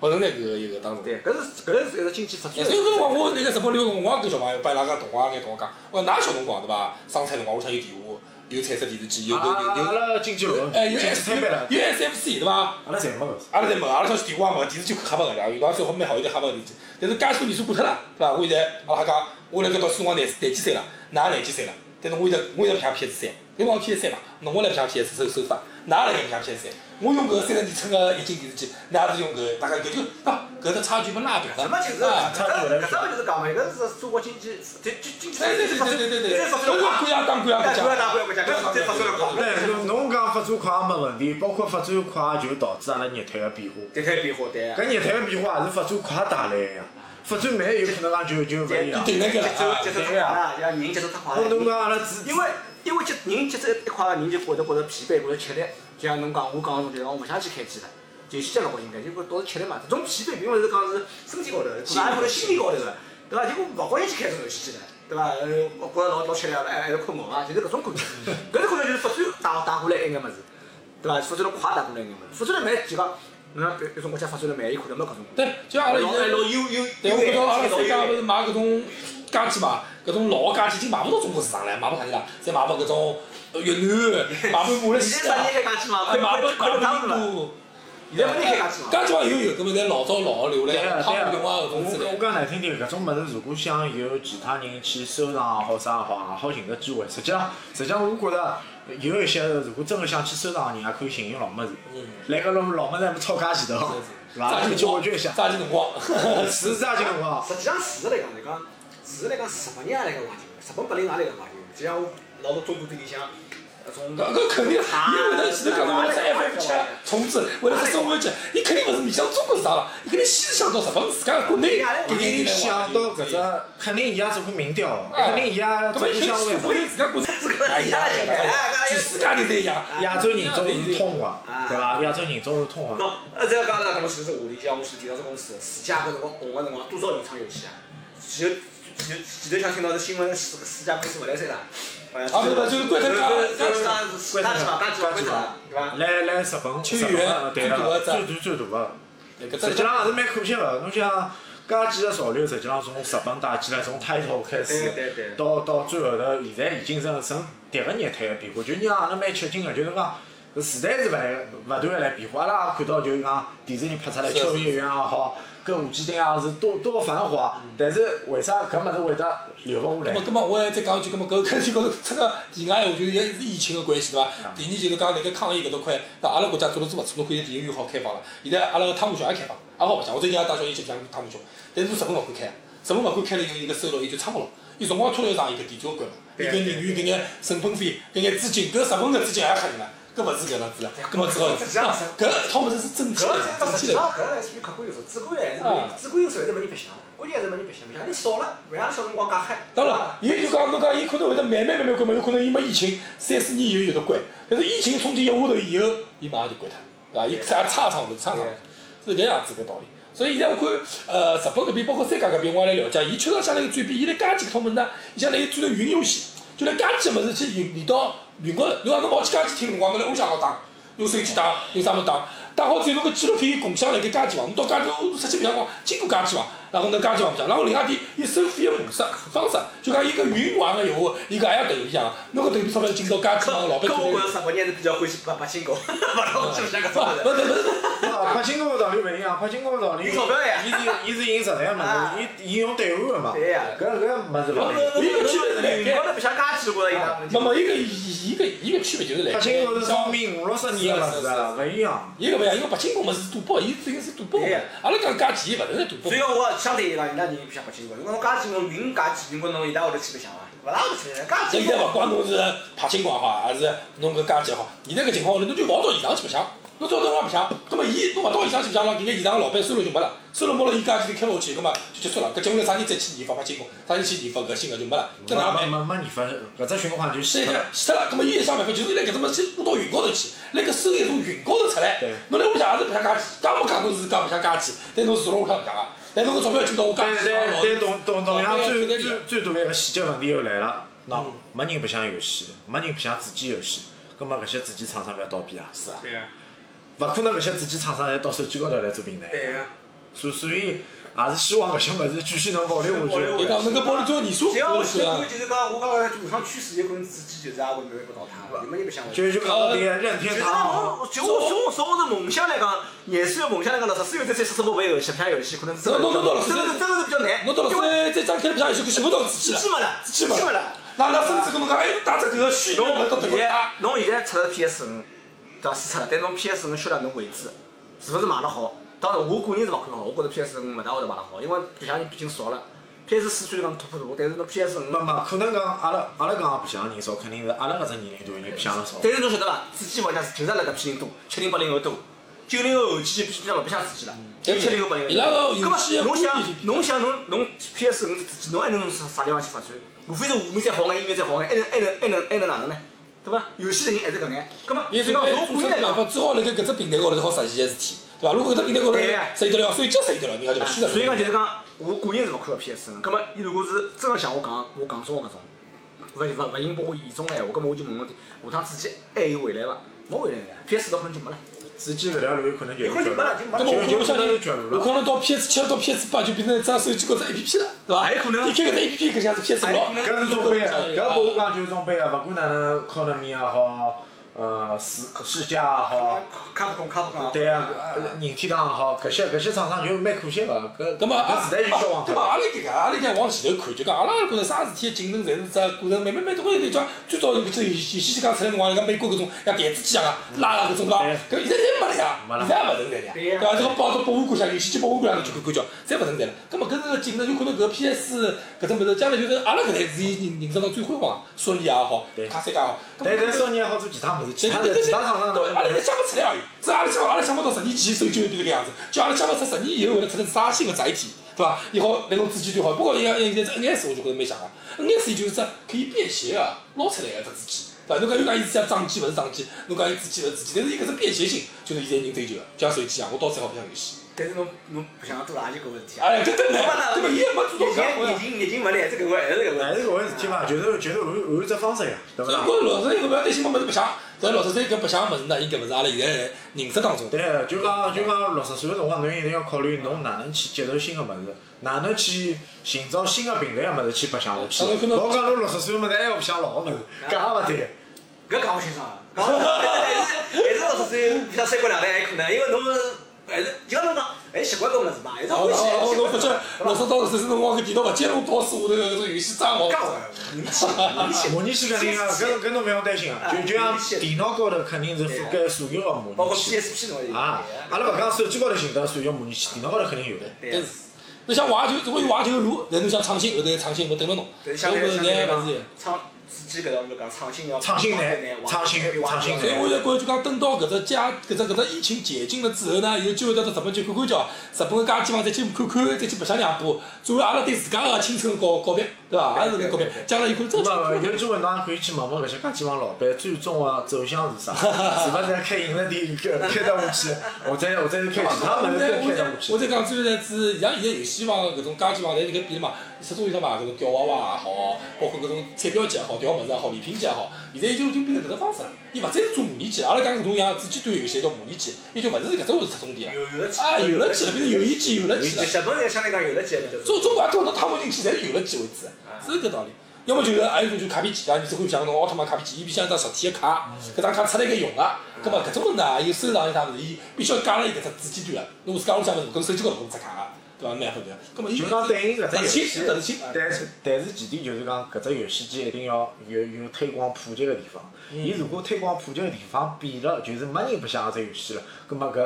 勿存在搿个一个当中。对，搿是搿是一个经济发所展以。搿辰光我那个直播里头，我也跟小朋友，帮伊拉个同行眼同我讲，我讲㑚小辰光对伐？生产辰光，屋里向有电话，有彩色电视机，有阿有拉阿有，拉经济楼，哎，有经济 S 产有品了，有 SFC 对伐？阿拉侪没搿事。阿拉侪问，阿拉小区电话也没，电视机看勿个啦，有辰光最好蛮好一点看勿个电视，但是介许多年数过脱了，对伐？我现在阿拉讲，我辣搿读书辰光廿廿几岁了，㑚廿几岁了，但是我现在我现在白相 PS 三，因为我 PS 三嘛，侬我来白相 PS 手手法，㑚辣盖白相 PS 三，我用搿个三十二寸个液晶电视机，㑚是用搿个，大概搿就啊，搿只差距没拉大什么就是，啊搿搿啥就是讲嘛，搿是中国经济，经经济对对对对对对对，中国国家啊当国家国啊家，对，侬侬讲发展快也没问题，包括发展快就导致阿拉业态个变化。对开变化对。搿业态个变化也是发展快带来个呀，发展慢有可能讲就就勿一样。顶那个了节奏啊节奏太快了，要人节奏太快我侬了。讲阿拉只因为因为节人节奏一快，人就觉得觉得疲惫，觉得吃力。就像侬讲，我讲个种就是讲我勿想去开机了，就先接老高兴感，结果导致吃力嘛。这种疲惫并勿是讲是身体高头，是也或者心理高头个，对伐？结果勿高兴去开这种游戏机了。对伐？呃，我觉着老老吃力了，还还要困觉啊，就是搿种感觉。搿种感觉就是发展带带过来一眼物事，对伐？发展了快带过来一眼物事，发展了慢就讲，侬像别别种国家发展了慢，伊可能没搿种。对，就像阿拉现在老老有有对，我觉着阿拉自家勿有是买搿种家具嘛，搿种老家具已经买勿到中国市场了，买勿啥去了，侪买勿搿种呃越南，买勿马来你西这啥亚年，开家去嘛？快还快买勿快快买当勿了嘛！印度。现在不开家去嘛？家具嘛有有，搿么侪老早老留对啊对了，汤啊，姆用啊搿种之我我类。讲难听点，搿种物事如果想有其他人去收藏也好，啥也好，也好寻个机会。实际上，实际上我觉着有一些如果真个想去收藏个人，也可以寻寻老物事。来个老老物事还没吵架前头，嗯哦是伐？炸可鸡以去辰光挖掘一下，炸鸡辰光，是啥情况？实际上，事实来讲，就讲事实来讲，日本人也来个环境，日本八零也来个环境。就像我老早中国队里向，种搿搿肯定，伊会得前头讲到为了只 FF 七虫子，为了只生活节，伊肯定勿是面向中国市场了，伊肯定先想到日本自家国内肯肯定定想到搿只，肯定伊也做过民调，肯定伊也搿么做伊过肯定相先关。回自家国内自家一样全世界侪一样。亚洲人种是通的，啊对伐？亚洲人种是通的。喏，呃，这个刚刚讲到其实话题，像我们去提到这公司，暑假搿辰光红个辰光，多少人创游戏啊？前头前头前头想听到这新闻，四四家公司勿来三啦。啊，不是不是，就是关灯卡，就是讲大几嘛，大几嘛，对伐？来来日本，秋日本园对啊，最大最的大最大的。搿实际上还是蛮可惜的。侬想，介几个潮流，实际上从日本带起来，从 title 开始对对对，到到最后头，现在已经成成迭个热态的变化，就让阿拉蛮吃惊的。就是讲，时代是勿来勿断的来变化。阿拉也看到，就是讲电视剧拍出来《是秋叶原》也好，搿《无间道》也是多多繁华，但是为啥搿物事会得流勿下那来么，？那么我还再讲一句，那么搿肯定高头出个题外闲话，就是也是疫情的关系，对伐？第二就是讲辣盖抗疫搿搭块，那阿拉国家做了做勿错，侬看现在电影院好开放了，现在阿拉个汤姆熊也开放，也好白相。我最近也带小人去白相汤姆熊，但是侬日本勿敢开，日本勿敢开了以后，伊个收入伊就撑勿牢，伊辰光拖了上伊搿店就关了，伊搿人员搿眼成本费搿眼资金，搿日本个资金也吓人了，搿勿是搿样子了，搿么只好搿汤姆熊是真搿体来，个真实体际来上，搿还属于客观因素，主观还是没主观因素还是没人白相，关键还是没人白相，白相人少了，勿像小辰光介嗨。当然，伊就讲侬讲，伊可能会得慢慢慢慢关嘛，有可能伊没疫情，三四年以后有得关。但是疫情冲击一下头以后，伊马上就关脱，对伐？伊啥差场子，差场是搿样子个道理。所以现在我看，呃，日本搿边包括三家搿边，我也来了解，伊确实相当于转变，伊辣加几个套物事呢，伊像辣伊转成云游戏，就辣加几个物事去引引到云高头。侬讲侬跑去加几听辰光，侬辣屋里向好打，用手机打，用啥物事打，打好之后侬搿纪录片共享辣盖加几房，侬到加几侬出去白相光，经过加几房，然后侬加几房白相，然后另外点伊收费个模式方式，就讲伊搿云玩个闲话，伊搿也要投里向，侬搿投币钞票进到加几房老板搿手我觉。着日本里人还是比较欢喜白白金狗，勿老喜白相搿勿种勿物事。勿勿，啊，拍金光的道理勿一样，拍金光的道理，伊有钞票呀是伊是赢实在的嘛，伊伊用兑换的嘛，对呀搿搿物事勿一样。伊个区别是辣盖，高头白相介几个伊拉问题那。么伊个伊个伊个区别就是来他盖，今后是像聪明五六十年了，是吧？勿一样。伊搿勿一样，因为白金工嘛是赌博，伊最近是赌博嘛对呀。阿拉讲加钱，伊勿是在赌博所以。讲我相对伊拉，伊拉人白相白金狗。如果侬介几个云介几，如果侬伊拉会得去白相伐？勿大会去白相，介现几在个勿管侬是拍金光好，还是侬搿加钱好，现在搿情况下头，侬就勿好到现场去白相。侬到辰光白相，葛末伊侬勿到现场去白相了，搿眼现场个老板收入就没了，收入没了，伊加钱就开勿下去，葛末就结束了。搿节目啥人再去研发拍金光，啥人去研发搿新个就没了，搿哪办没？没没研发，搿只循环就所以死讲了。死脱了，葛末伊一想办法就是伊拉搿只物事先拉到云高头去，辣搿收益从云高头出来对。侬来屋里向也是白相家鸡，讲没讲侬是讲白相家鸡，但侬自动屋里向白相啊。但侬搿钞票进到我家但鸡但但上同同同样老板最在最最大的一个细节问题又来了，喏，没人白相游戏，没人白相主机游戏，葛末搿些主机厂商勿要倒闭啊，是啊，对呀，勿可能搿些主机厂商侪到手机高头来做平台，对呀。所所以也是希望搿些物事继续能保留下保去留。伊讲能够保证最后年数，只要我我是觉啊得。就是讲，我刚刚武汉趋势有可能自己就是也会慢慢被淘汰，有没有白相过？就就讲到迭个任天其实堂，我，就我从从我的梦想来讲，廿岁的梦想来讲，六十岁再再试试玩游戏、拍游戏，可能真的侬侬侬老师真的真的是比较难。侬到了因为再再张开白相，就寻勿到自己记了。没了，记记没了没了。那那甚至跟侬讲，哎，打只搿个虚拟侬的到迭现个在打。侬现在出了 PS 五，对伐？是出了，但侬 PS 五销量侬为止，是勿是卖了好？当然，我个人是勿看好，我觉着 PS 五勿大会得卖了好，因为白相人毕竟少了。PS 四虽然讲突破大，但是侬 PS 五没没可能讲阿拉阿拉讲白相人少，肯定是阿拉搿只年龄段人白相了少。但是侬晓得伐？主机好像是就是阿拉搿批人多，七零八零后多，九零后后期就比较老白相主机了。七零后八零后，伊拉个搿游戏么的侬想目的，侬想侬侬 PS 五主机，侬还能啥啥地方去发展？无非是画面再好眼，音乐再好眼，还能还能还能还能哪能呢？对伐？游戏的人还是搿眼，搿么就伊是哎讲从讲个做出人来办法，讲，只好辣盖搿只平台高头好实现个事体，对伐？如果搿只平台高头对呀实现得了，所以就实现得了，人家就勿虚了。所以讲就是讲，我个人是勿看好 PS 五。搿么伊如果是真个像我讲，我讲中个搿种，勿勿勿应拨我言中个闲话，搿么我就问问下趟主机还有未来伐？没未来呀，PS 六可能就没了。主机搿条路有可能就有可能就没了就没那么我就有不可相能就信卷入，有了可。能到 PS 七到 PS 八就变成一张手机高头 APP 了，对伐？哎还有可能你开搿只 APP 搿像是 PS 六，搿是中杯啊，搿拨我讲就是中杯啊，勿管哪能 c o n 也好，呃，世世界也好，卡普空，卡普空啊。对啊，任天堂也好，搿些搿些厂商就蛮可惜个，搿咁么搿啊，时代就消亡咁脱么了。阿拉搿个，阿拉搿往前头看，就讲阿拉觉着啥事体的进程，侪是只过程，慢慢慢慢，我就讲最早有只游戏机讲出来辰光，像美国搿种像电子机一样啊，拉啊搿种啦，搿现在侪没了呀，现在也勿存在了呀，对伐？这个包到博物馆向，游戏机博物馆向去看看叫，侪勿存在了。咁么搿是个进程，有可能搿 PS 搿种物事，将来就是阿拉搿代是伊人人生当中最辉煌，索尼也好，卡西也好，但但少年也好做其他物事，其对他对的对其对，他厂商对，阿拉呢现在想勿出来而已。只阿拉想，阿拉想勿到十年前手机会变这个样子，就阿拉想勿出十年以后会得出来啥新的载体，对伐？也好，那种主机最好，包括现在现在这 NS 我就觉得蛮像啊，NS 就是只可以便携个捞出来个只主机，对伐？侬讲又讲伊是只装机勿是装机，侬讲伊主机勿是主机，但是伊搿只便携性就是现在人追求个，就像手机一样，我到最好白相游戏。但是侬侬白相多垃圾搿回事体啊！哎，对对对，对伐？伊也没做到疫搿样情疫情疫情没来，这个回还是搿还回。是搿回事体嘛，就是就是按按只方式呀，对勿那啦？我老实一个勿要担心，我勿是白相，但老实说搿白相物事呢，伊搿物事阿拉现在在认识当中。对，就讲就讲六十岁个辰光，侬一定要考虑侬哪能去接受新个物事，哪能去寻找新个平台个物事去白相下去。啊那可能老讲侬六十岁个物事还要白相老个物事，搿也勿对。搿讲勿清爽，讲勿清爽但是还是老实说，比他三国两代还可能，因为侬还是就像侬讲，还是习惯搿物事嘛，还是然后欢然喜后然后侬习发觉惯。，老早到十四辰光搿电脑勿接侬倒数下头搿种游戏账号。讲勿明显明显，模拟器肯定啊，搿搿侬勿用担心啊，就就像电脑高头肯定是覆盖所有个包模括拟器 PSP 侬也有。啊。阿拉勿讲手机高头寻得所有模拟器，电脑高头肯定有的。对但呀是，侬想怀旧，总归有怀旧的路，但侬想创新，后头有创新没等了侬。对，所相以对我相现对来在讲勿是。，创自己搿道路讲创新要创新难难，创新创新所以难我现在觉着就讲，等到搿只家搿只搿只疫情解禁了之后呢，有机会到日本去看看叫，日本个家基本上再去看看，再去白相两把，作为阿拉对自家个青春告告别，对伐？也是能告别。将来有可能真去那看么有机会侬也可以去问问搿些家鸡帮老板最终个走向是啥，是勿是要开饮料店开开得下去，或者或者是开其 <laughs> 他物我事在再开我在得下我去。在讲，最后呢是像现在游戏房搿种家具房，侪是搿变嘛，始终有啥嘛，搿种吊娃娃也好，包括搿种彩票机也好，调物事也好，礼品机也好，现在就就变成搿只方式了。伊勿再是做模拟机，阿拉讲搿种像主机端游戏叫模拟机，伊就勿是搿只回事特种点了。有有了啊，有了机了，变成游戏机有了机了。日本人相对讲有了解了，中中国啊，到到他们进去，侪是有了机为止，是搿道理。要么就是还有一种就卡片机啊，你只会像侬奥特曼卡片机，伊必须要一张实体的卡，搿张卡出来搿用个。葛末搿种物事呢，有收藏有啥物事，伊必须要加了一个只主机端个。侬自家屋里向物事，搿手机高头搿只卡，对伐？蛮好的。葛末伊就讲对应搿只游戏亲，搿是亲。但是但是前提就是讲，搿只游戏机一定要有有推广普及个地方。嗯伊如果推广普及个地方变了，就是没人白相搿只游戏了，葛末搿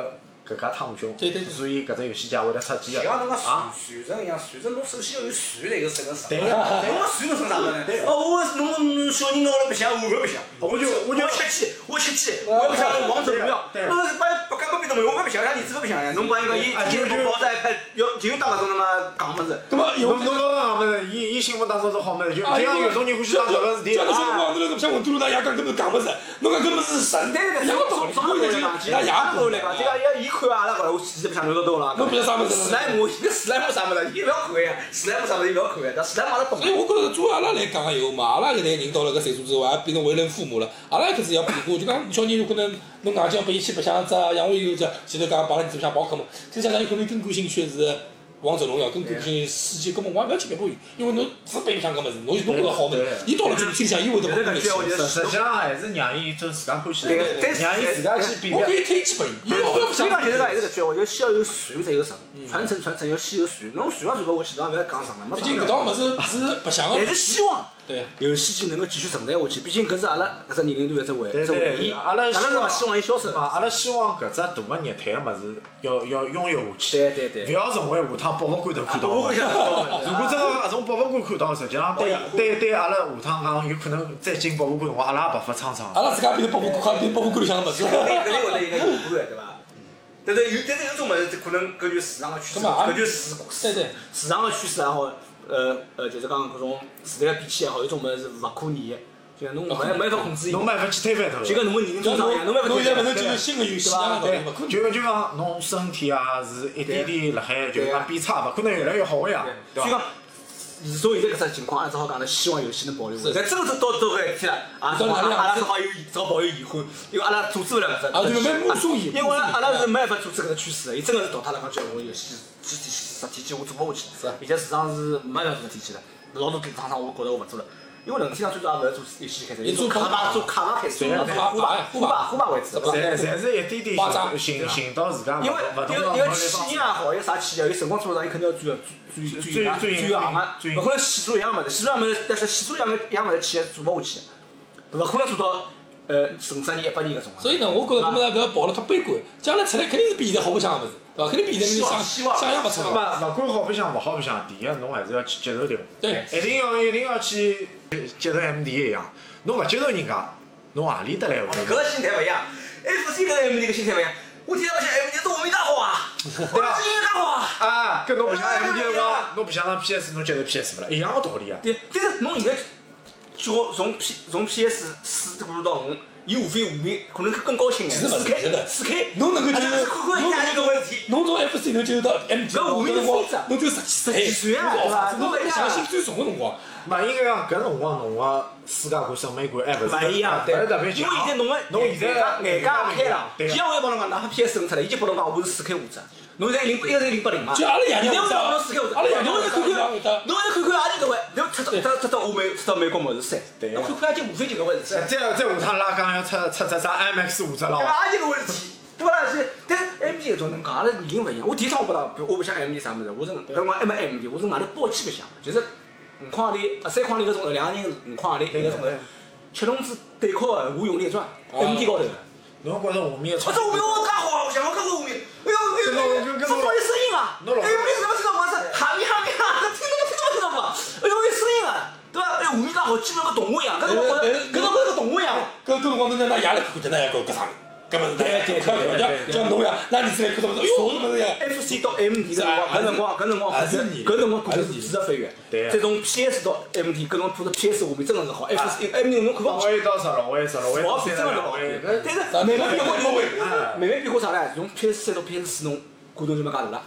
搿家趟凶。对对对所以搿只游戏机也会得出就机个。像侬个啊传，传承一样，传承侬首先要有传这个这个啥？对呀，个。我传侬啥物事？哦，我侬小人跟我来白相，我勿白相，我就我就吃鸡，我吃鸡，我白相王者荣耀，那是把把干巴逼侬，我白相，像你子白相呀？侬讲伊讲伊一天侬抱着 iPad，要就当搿种他妈讲物事，葛末有侬侬侬讲好物事，伊伊心目当中是好物事，就就啊，像有种人欢喜当搿个事体像侬说啊。侬侬像混大爷讲搿么讲勿是，侬讲搿么是神，对对对，一个道理。从我头现在来讲，就拉从头爷来讲，这个伊伊看阿拉搿我其实白相侬都懂了。侬别啥物事。史莱姆，伊个史莱姆啥物事，伊勿要看呀，史莱姆啥物事伊勿要看呀，但史莱姆阿拉懂所。以我觉着，作为阿拉来讲以后嘛，阿拉现在人到了搿岁数之后，也变成为人父母了，阿拉也开始要变化。就讲小人有可能侬硬劲要拨伊去白相只，像我有只前头讲帮阿拉儿子白相宝可梦，再加上有可能更感兴趣的是王者荣耀，更感兴趣世界，根本我也勿要去别拨伊，因为侬只白相搿物事，侬就侬觉着好物事，伊到了这个心里向，伊会得对帮对侬对，我觉实得实际上还是让伊做自家欢喜的对对，让伊自家去比我较可。以推荐拨伊，伊要我勿非想常觉得讲还是搿句，我觉得先要有传才有传，传承传承要先有传，侬传啊传不下去，咱勿要讲长了，没毕竟搿长了。道物事是白相个但，是希望啊对。游戏机能够继续存在下去，毕竟搿是阿拉搿只年龄段一只回对只回忆，对，阿拉哪能是勿希望伊消 <laughs> 失？嘛，阿拉希望搿只大个热态个物事要要拥有下去，对对对勿要成为下趟博物馆头看到我的啊会。想到，如果真个从博物馆看到，实际上对对对，阿拉下趟讲有可能再进博物馆辰光，阿拉也白发苍苍。啊阿拉自家变成博物馆，变博物馆里向个物事。搿里会得应该有关对伐？但是有，但是有种物事可能搿就是市场个趋势，啊搿就是市对对。市场个趋势也好，呃呃，就是讲搿种时代个变迁也好，有种物事是勿可逆个，就是侬没没法控制伊。侬没办法去推翻就它跟。侬个年龄就增是长侬一样，侬没法侬推现在翻勿能接受新个游戏，对吧哪能对勿可，能。就就讲侬身体啊是一点点辣海，就是讲变差，勿可能越来越好个呀，对所以伐讲？，从现在搿只情况，阿拉只好讲呢，希望游戏能保留下是来。但真个是到到搿一天了，啊，到阿哪拉里啊阿拉只好有只好保有遗憾，因为阿拉阻止勿了搿只。啊就是蛮目送伊因为阿拉阿拉是没办法阻止搿只趋势的，伊真个是淘汰了讲叫我游戏实体实体机我做勿下去。是啊现在市场是没办法做体机了，老多厂商我觉着我勿做了。因为能天上最早也勿是做游戏开始，你做卡卡牌做卡牌开始，对啊对啊虎牌虎牌虎牌为主，是吧侪侪是一点点夸张寻寻寻到自家勿 <laughs> 因为勿同因个为方因为啊面企业也好，有啥企业，有辰光做上，伊肯定要转转转转转转行啊，勿可能死做一样物事，死做一样物事，但是死做一样个一样物事，企业做勿下去，勿可能做到呃成十年、一百年搿种。所以呢，我觉着搿么子勿要抱了太悲观，将来出来肯定是比现在好白相个物事，对伐？肯定比现在想希望希望想象勿出来。嘛，勿管好白相勿好白相，第一侬还是要去接受迭个。对一定要一定要去接受 MDA 一样，侬勿接受人家，侬何里得来玩？搿个心态勿一样，FC 跟 MD 个心态勿一样。我天天勿想 MD 做我没大好啊，我是音乐大好啊。啊，跟侬白相哎 M D 哎辰光，侬白相上 P S，侬接受 P S 勿啦？一样个道理啊。对，但是侬现在叫从 P 从 PS 四步入到五，伊无非无非可能更高清眼，其实勿四是 K 真的四 K，侬能够接啊受这是看看人家个问题。侬从 FC 能接受到 MG，搿侬无名搿辰光非者侬就十七十岁，几岁啊对吧侬侬勿一样相信最重个辰光，嘛，应该讲搿辰光侬个世界观、审美观还勿是勿一样，勿是特别因强。为现在侬个侬现在眼界眼界开了，对就个。像我也帮侬讲，哪怕 PS 五出来，伊就帮侬讲我是四 K 五折，侬现在零一个是零八零嘛，就阿拉爷现在娘我讲侬四 K 五折，阿拉爷娘侬现在看看，侬现在看看阿里搿位，侬出到出到欧美出到美国么事三，对侬看看阿就无非就搿回事体再，再下趟拉讲要出出出啥 M X 五折搿了，阿就搿回事体。对伐？是，但是 M D 搿种能讲，阿拉年龄勿一样。我第一趟我不啦，我白相 M D 啥物事，我是搿辰光还没 M D，我是外头包机白相，就是五块行钿啊三块行钿一个钟头，两个人五块行钿一个钟头，七龙珠对抗的无永列传 M D 高头。侬觉着下面个我创这我没有我干活，我想我干活我没有。哎呦哎呦哎呦，这不好意思声音啊！哎呦，你怎么听到我是哈密哈密哈？听到听到听到不？哎呦，这声音啊，对吧？哎，我们干活基本跟动物一样，跟我跟跟跟个动物一样。搿搿辰光侬在那爷来看，那也搞搿啥物事，搿么是对对对叫对对叫侬呀，那你是来看什么？哎呦，搿么是呀？ FC 到 MD 的啊辰光，搿辰光搿辰光搿辰光可是质的飞跃。这种 PS 到 MD，搿种从 PS 下面真的是好，FC 啊 MD 侬看八勿位到十六位、十六位到我比三真十的六老位，但是慢慢变化，慢慢变化啥呢？从 PS 三到 PS 四，侬感动就没介大了。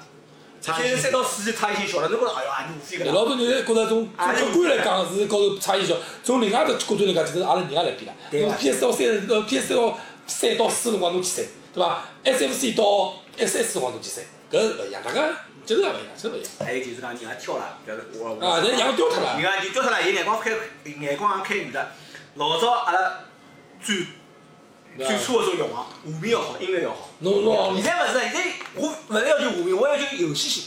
差现在距三到四就差一些小了，侬觉着哎呀，你无非搿能。老多人觉得从从客观来讲是高头差异小，从另外一个角度来讲，其实是阿拉人家来比啦。对侬啊 PS 到三呃 PS 到三到四辰光侬去三，对伐？SFC 到 SS 辰光侬去三，搿是勿一样，大家就是也勿一样，真勿一样。还有就是讲人家挑了，就是我我啊，人家养刁脱人了，家就叫出来，伊眼光开眼光也开远了。老早阿拉最最初的时候要往画面要好，音乐要好。侬侬哦现在勿是，啊现在我勿是要求画面，我要求游戏性，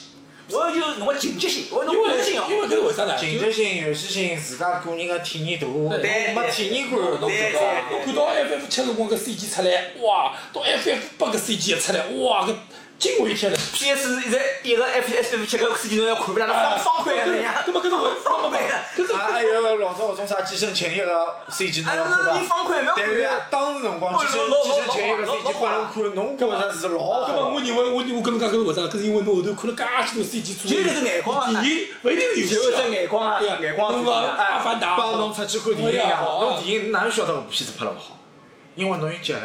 我要求侬个情节性，我侬因为个性要哦好因。为搿是为啥呢？情节性、游戏性，自家个人个体验大，侬对没体验过，侬侬看到侬看到 FF 七辰光搿 CG 出来，哇，到 FF 八搿 CG 一出来，哇，搿惊为哎天人。 PS 现在一个 FS 七个事情侬要看不啦？那方块人家，啊搿么搿种方块的。 <laughs> 搿种啊，还有老早搿种啥寄生前夜个 CG 侬哎，要看那你伐？方块不要但看是啊！当时辰光寄生寄生前夜个 CG 拨人看，侬觉着是老搿么好。我认为我我跟侬讲搿是为啥？搿是因为侬后头看了介许多 CG 作就搿个眼光啊电影勿一定是游戏啊就搿只眼光啊对啊眼光啊侬讲哎阿凡达，帮侬出去看电影一也样，好侬哎啊。电影哪能晓得搿部片子拍了勿好？因为侬有积累，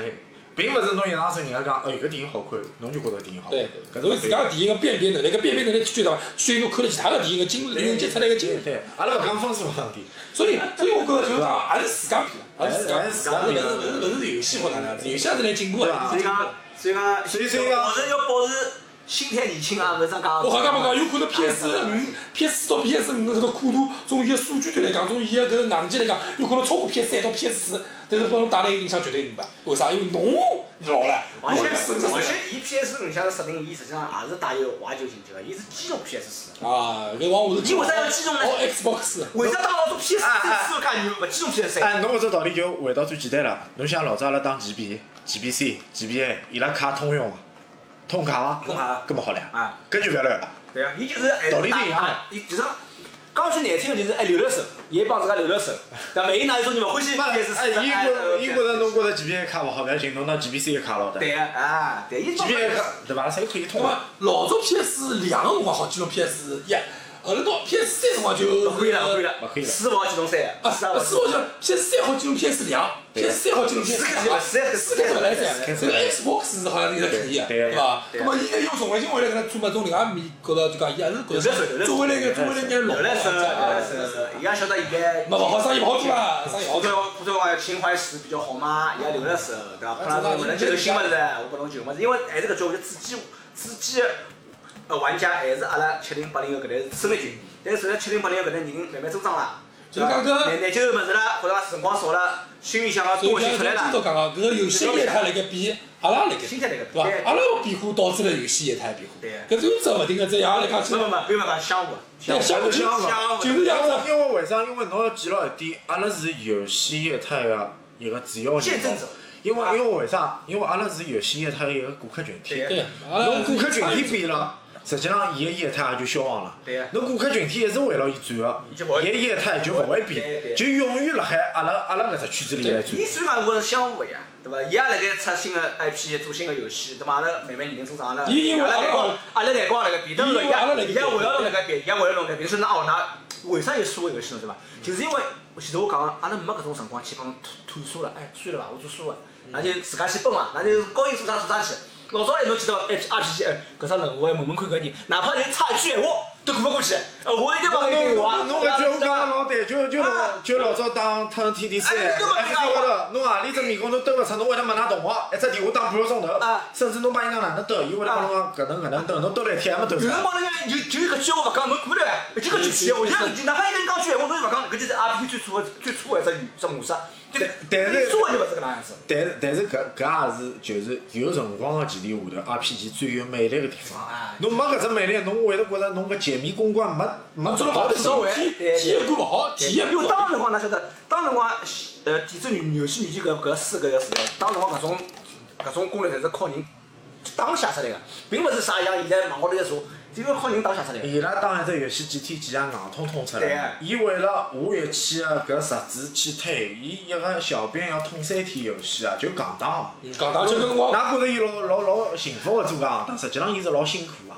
并勿是侬一上身人家讲，哎，搿电影好看，侬就觉着电影好看对，。搿侬是自家个电影个辨别能力，搿辨别能力取决于啥？取决于侬看了其他个电影个经对连接出来个经历。对，阿拉勿讲分数问题，所以，所以我觉着就是讲，还是自家比啦，还是自哎家比，还是自家勿比是勿是勿是游戏或哪能，游戏还是来进步对个啊。所以讲，所以讲，所以所以讲我是要保持心态年轻啊，勿是讲讲。我好讲没讲，有可哎能 PS 五、PS 到 PS 五搿个跨度，从伊个数据端来讲，从伊个搿个硬件来讲，有可能超过 PS 三到 PS 四，但是拨侬带来个影响绝对明白。为啥？因为侬老了，而侬且有四十而岁且，伊 PS 五下的设定，伊实际上也是带有怀旧情节的，伊是兼容 PS 四。啊，搿往下头。你为啥要激动呢哦，Xbox。为啥当老早 PS 啊啊四介牛，勿兼容 PS 三？哎，侬搿只道理就回到最简单了。侬像老早阿拉打哎 GB、GBC、GBA，伊拉卡通用啊，通卡伐？通卡搿么好了啊呀，搿就勿要了呀。对啊，伊就是还道理是一样的伊就是讲句难听个，就是还留了手，伊还帮自家留了手。但万一哪一种人勿欢喜哎，伊 PS 四，觉伊觉着着侬觉着 GBA 卡勿好，勿要紧，侬拿 GBC 卡老的。对啊，啊，对，伊 GBA 卡对伐？侪可以那通么啊。老早 PS 两个辰光好，激动 PS 一，后头到 PS 三辰光就勿可以了，勿可以了，勿可以了四勿好兼容三，啊，四是也勿好兼容我想 PS 三好进入 PS 两，PS 三好进入 PS 两，四开始来噻，这个 Xbox 好像现在可以啊，对吧？那么伊又从重新回来搿能做嘛，从另外面觉着就讲伊也是觉着做回来个做回来眼老留了手，留了了，手，伊也晓得现在。那勿好生意勿好做啦，生意好我做。说我说我情怀史比较好嘛，也留了手，对伐？哎不然这我个能接受新物事，我不能旧物事，因为还是搿句，我觉得主机主机呃玩家还是阿拉七零八零后搿代是生力军，但是随着七零八零后搿代年龄慢慢增长了，就是讲搿廿廿九后物事了，或者讲辰光少了，心里向个所以东西讲，出今来朝了，讲讲，搿个游戏业态辣盖变，阿拉辣盖，心态那个对伐？阿拉个变化导致了游戏业态变化，搿是只勿停个，这像来讲起没没，没，没办法相互，但相互相互就因为是像因为为啥？因为侬要记牢一点，阿拉是游戏业态个一个主要见领导证者。因为因为为啥？因为阿拉是游戏业态一个顾客群体。对对，侬顾客群体变了，实际上伊个业态也就消亡了。对呀侬顾客群体一直围绕伊转个，伊就勿会伊个业态就勿会对变，对就永远辣海阿拉阿拉搿只圈子里来转伊。虽然我是相互呀，对伐？伊也辣盖出新个 IP，做新个游戏，对伐？阿拉慢慢年龄增长了，伊因为阿拉阿拉来搞光，阿拉来光辣盖变，但是伊因为阿拉辣盖伊也变围绕辣盖变，伊也围绕辣盖变，就是㑚哦，㑚为啥有数个游戏呢？对伐？就是因为前头我讲个，阿拉没搿种辰光去帮侬探探索了，哎，算了伐，我做数个，那就自家去奔伐，那就高兴做啥做啥去。老早还侬记得 H R P G，哎，搿只任务还问问看搿人，哪怕人插一句闲话都看勿过去，呃，我一定帮侬侬对话。侬侬搿句我讲对得伐老对，就就啊就老早打太阳 T D C，哎对对对 FC 高头，侬何里只面孔侬登勿出，侬会得问㑚同学，一只电话打半个钟头啊，甚至侬帮伊讲哪能登，伊会得帮侬讲搿能搿能登，侬登了一天还没登有辰上。光人家就就一个句话勿讲，侬看到伐？就搿句闲话，像哪怕一个人讲句闲话，侬就勿讲，搿就是哎 RPG 最初的最初的一只语只模式。对但但是做就勿是搿能样子。但是但是搿搿也是就是有辰光个前提下头，RPG 最有魅力个地方啊。侬没搿只魅力，侬会得觉着侬搿解谜公关没没做了到勿头。对，体体验感勿好，体验因为感当辰光，㑚晓得，当辰光，呃，电子游游戏软件搿搿四搿个时代，当辰光搿种搿种攻略侪是靠人打写出来个，并勿是啥像现在网高头一查，就是靠人打写出来个。伊拉当一只游戏几天几夜硬通通出对来啊，伊为了下一期个搿日子去推，伊一个小编要通三天游戏啊，就戆当。讲到就跟我㑚觉着伊老老老幸福个做戆当，实际上伊是老辛苦个，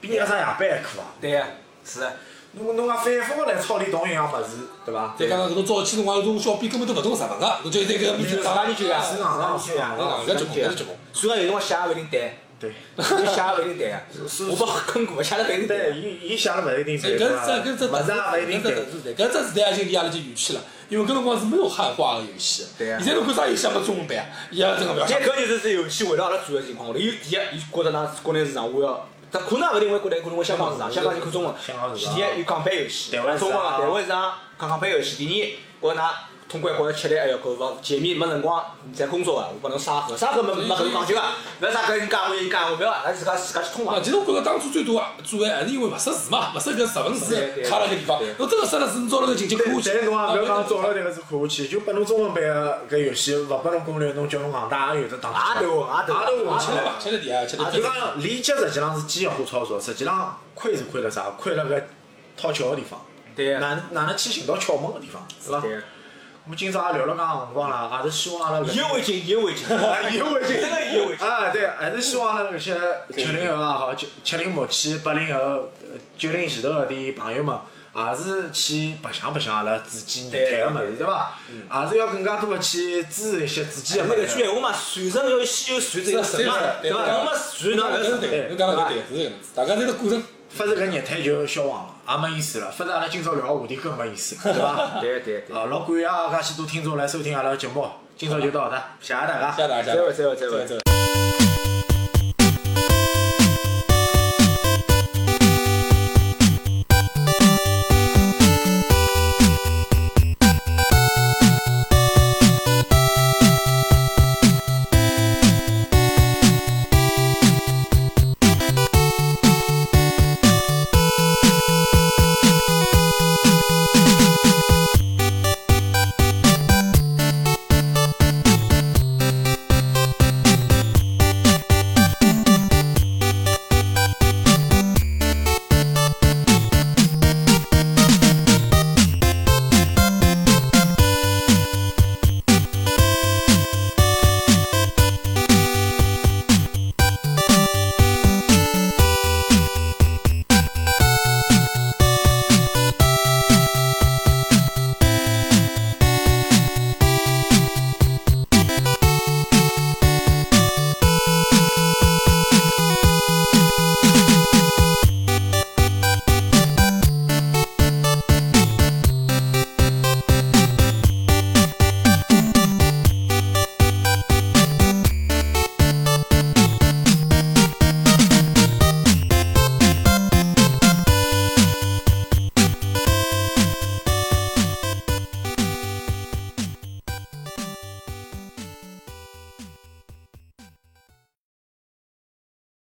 比人家上夜班还苦啊。对呀，是的。侬侬讲反复个来操练同一样物事，对伐？再讲讲搿种早期辰光，搿种小编根本都勿懂日文个，侬就这个面是具上上哪里去啊？是硬当，是硬啊当。搿就搿就结棍。虽然有辰光写也勿一定对，嗯对。有辰光写也勿一 <laughs> 定对啊。我帮坑过，写了勿一定对对，。伊伊写了勿一定搿对，只搿只勿是也勿一定对。搿只时代已经离阿拉就远去了，因为搿辰光是没有汉化个游戏。对啊现在侬看啥游戏也没中文版，伊也真个勿要这想。搿就是这游戏回到阿拉主要情况下头，伊第一，伊觉着㑚国内市场我要，但可能也勿一定会国内，可能会香港市场，香港就看中文。香港市场第一，有港版游戏，台湾市中场文啊，台湾市场港港版游戏。第二，觉着㑚通关觉着吃力，哎哟，搿勿前面没辰光在工作个，啊我帮侬沙盒，沙盒没没搿辰光就个，啊勿要啥跟人讲我人讲我勿要，咱自家自家去通啊，啊。其实我觉着当初最大的阻碍还是因为勿识字嘛，勿识搿日文对字对卡辣搿地方对。侬真个识了字，侬照了搿情景看下但去但。侬也勿要啊讲早了迭个是看下去，就拨侬中文版个搿游戏，勿拨侬攻略，侬叫侬硬打也有得打。也啊对哦我也对我也对我吃起了来伐？吃了点啊，吃了哦就点。讲理解实际上是机械化操作，实际上亏是亏了啥？亏了搿讨巧个地方，对哪能哪能去寻到窍门个地方，是伐？对。我们今朝也聊了介辰光了，也是希望阿拉搿意犹未尽，意犹未尽。啊，意犹未尽，真的意犹未尽啊，对，还是希望呢，搿些七零后也啊好，九七零末期、八零后、呃九零前头搿点朋友们，也是去白相白相阿拉自己热对爱个物事，对伐？也是要更加多的去支持一些自己的嗯啊哎那物搿句事。闲话嘛，传承要先有传承神嘛，对伐？侬没传，侬侬讲勿是搿是啊对，侬讲搿对，是搿能子。大家侪是过程。否则搿热态就消亡了，啊也没意思了。否则阿拉今朝聊个话题更没意思， <laughs> 对伐？对对对啊，老感谢介许多听众来收听阿拉个节目，今朝就到搿搭，谢谢大家。谢谢大家，再会再会再会再会。